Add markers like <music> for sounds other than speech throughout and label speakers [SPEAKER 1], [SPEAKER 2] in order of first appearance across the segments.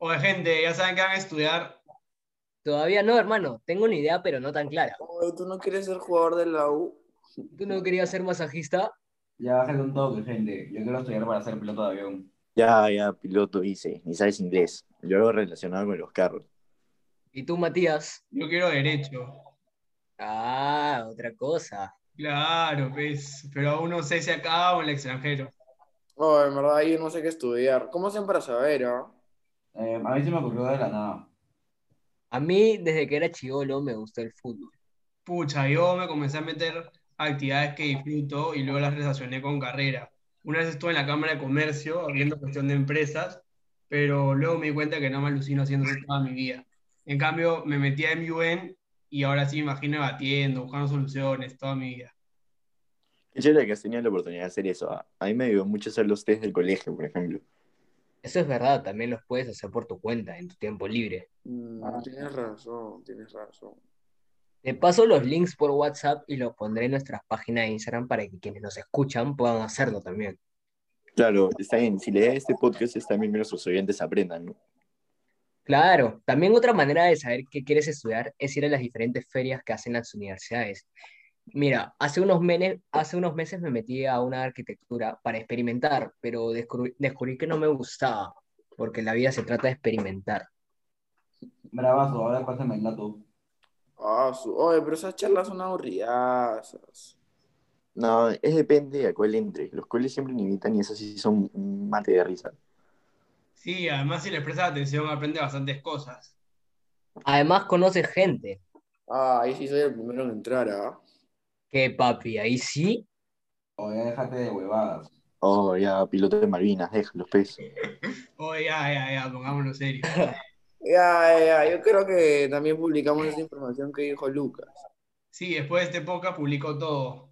[SPEAKER 1] Oye, gente, ya saben que van a estudiar.
[SPEAKER 2] Todavía no, hermano. Tengo una idea, pero no tan clara.
[SPEAKER 3] Oye, ¿Tú no quieres ser jugador de la U?
[SPEAKER 2] ¿Tú no querías ser masajista?
[SPEAKER 4] Ya bájale un toque, gente. Yo quiero estudiar para ser piloto de avión.
[SPEAKER 5] Ya, ya, piloto hice, y sabes inglés. Yo algo relacionado con los carros.
[SPEAKER 2] ¿Y tú, Matías?
[SPEAKER 1] Yo quiero derecho.
[SPEAKER 2] Ah, otra cosa.
[SPEAKER 1] Claro, pues, pero aún no sé si acá o en el extranjero.
[SPEAKER 3] No, en verdad yo no sé qué estudiar. ¿Cómo hacen para saber, ah?
[SPEAKER 4] Eh, a mí se me ocurrió de la nada.
[SPEAKER 2] A mí, desde que era chivolo, me gustó el fútbol.
[SPEAKER 1] Pucha, yo me comencé a meter a actividades que disfruto y luego las relacioné con carrera. Una vez estuve en la Cámara de Comercio viendo gestión de empresas, pero luego me di cuenta que no me alucino haciendo eso toda mi vida. En cambio, me metí a MUN y ahora sí me imagino batiendo, buscando soluciones toda mi vida.
[SPEAKER 5] Qué chévere que has tenido la oportunidad de hacer eso. ah. A mí me ayudó mucho hacer los test del colegio, por ejemplo.
[SPEAKER 2] Eso es verdad, también los puedes hacer por tu cuenta, en tu tiempo libre.
[SPEAKER 3] Mm, tienes razón, tienes razón.
[SPEAKER 2] Te paso los links por WhatsApp y los pondré en nuestras páginas de Instagram para que quienes nos escuchan puedan hacerlo también.
[SPEAKER 5] Claro, está bien. Si le da este podcast, es también que nuestros oyentes aprendan, ¿no?
[SPEAKER 2] Claro, también otra manera de saber qué quieres estudiar es ir a las diferentes ferias que hacen las universidades. Mira, hace unos, menes- hace unos meses me metí a una arquitectura para experimentar, pero descubrí, descubrí que no me gustaba, porque la vida se trata de experimentar.
[SPEAKER 4] Bravazo, ahora pásame el dato.
[SPEAKER 3] Ah, su... Oye, pero esas charlas son aburridazas.
[SPEAKER 5] No, es depende a cuál entre. Los coles siempre limitan y esas sí son un mate de risa.
[SPEAKER 1] Sí, además si le prestas atención aprende bastantes cosas.
[SPEAKER 2] Además, conoces gente.
[SPEAKER 3] Ah, ahí sí soy el primero en entrar, ¿ah?
[SPEAKER 2] Que papi, ahí sí.
[SPEAKER 4] Oye, déjate de huevadas.
[SPEAKER 5] Oh, ya, piloto de Malvinas, déjalo, pez.
[SPEAKER 1] Oye, Oh, ya, ya, ya, pongámonos serio.
[SPEAKER 3] Ya, ya, yo creo que también publicamos esa información que dijo Lucas.
[SPEAKER 1] Sí, después de este podcast publicó todo.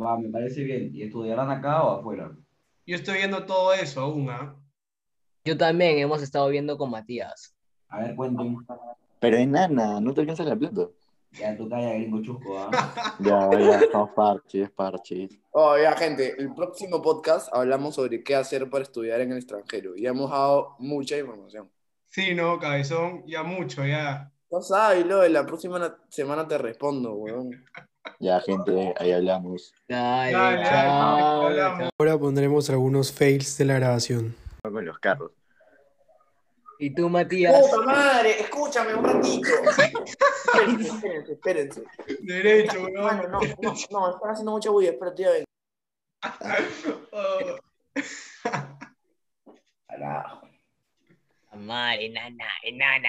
[SPEAKER 4] Va, me parece bien. ¿Y estudiarán acá o afuera?
[SPEAKER 1] Yo estoy viendo todo eso aún, ¿ah?
[SPEAKER 2] Yo también hemos estado viendo con Matías.
[SPEAKER 4] A ver, cuenten.
[SPEAKER 5] Pero enana, no te alcanza la plata.
[SPEAKER 4] Ya tú calla, gringo chusco, ¿ah?
[SPEAKER 5] Ya, ya, <laughs> estamos parches, parches.
[SPEAKER 3] Oh, ya, gente, el próximo podcast hablamos sobre qué hacer para estudiar en el extranjero. Y hemos dado mucha información.
[SPEAKER 1] Sí, no, cabezón, ya mucho, ya.
[SPEAKER 3] No sabes, lo la próxima na- semana te respondo, weón.
[SPEAKER 5] Ya, gente, ahí hablamos.
[SPEAKER 2] Dale,
[SPEAKER 1] Dale, dale,
[SPEAKER 2] chao,
[SPEAKER 1] hablamos.
[SPEAKER 2] chao.
[SPEAKER 6] Ahora pondremos algunos fails de la grabación.
[SPEAKER 5] Con los carros.
[SPEAKER 2] ¿Y tú, Matías?
[SPEAKER 3] ¡Puta madre! Escúchame un ratito. espérense, espérense, espérense.
[SPEAKER 1] Derecho,
[SPEAKER 3] Mano,
[SPEAKER 1] weón.
[SPEAKER 3] no, no, no, están haciendo mucha bulla, espérate, ya ven.
[SPEAKER 1] Oh,
[SPEAKER 4] Carajo.
[SPEAKER 2] Madre, nana, enana.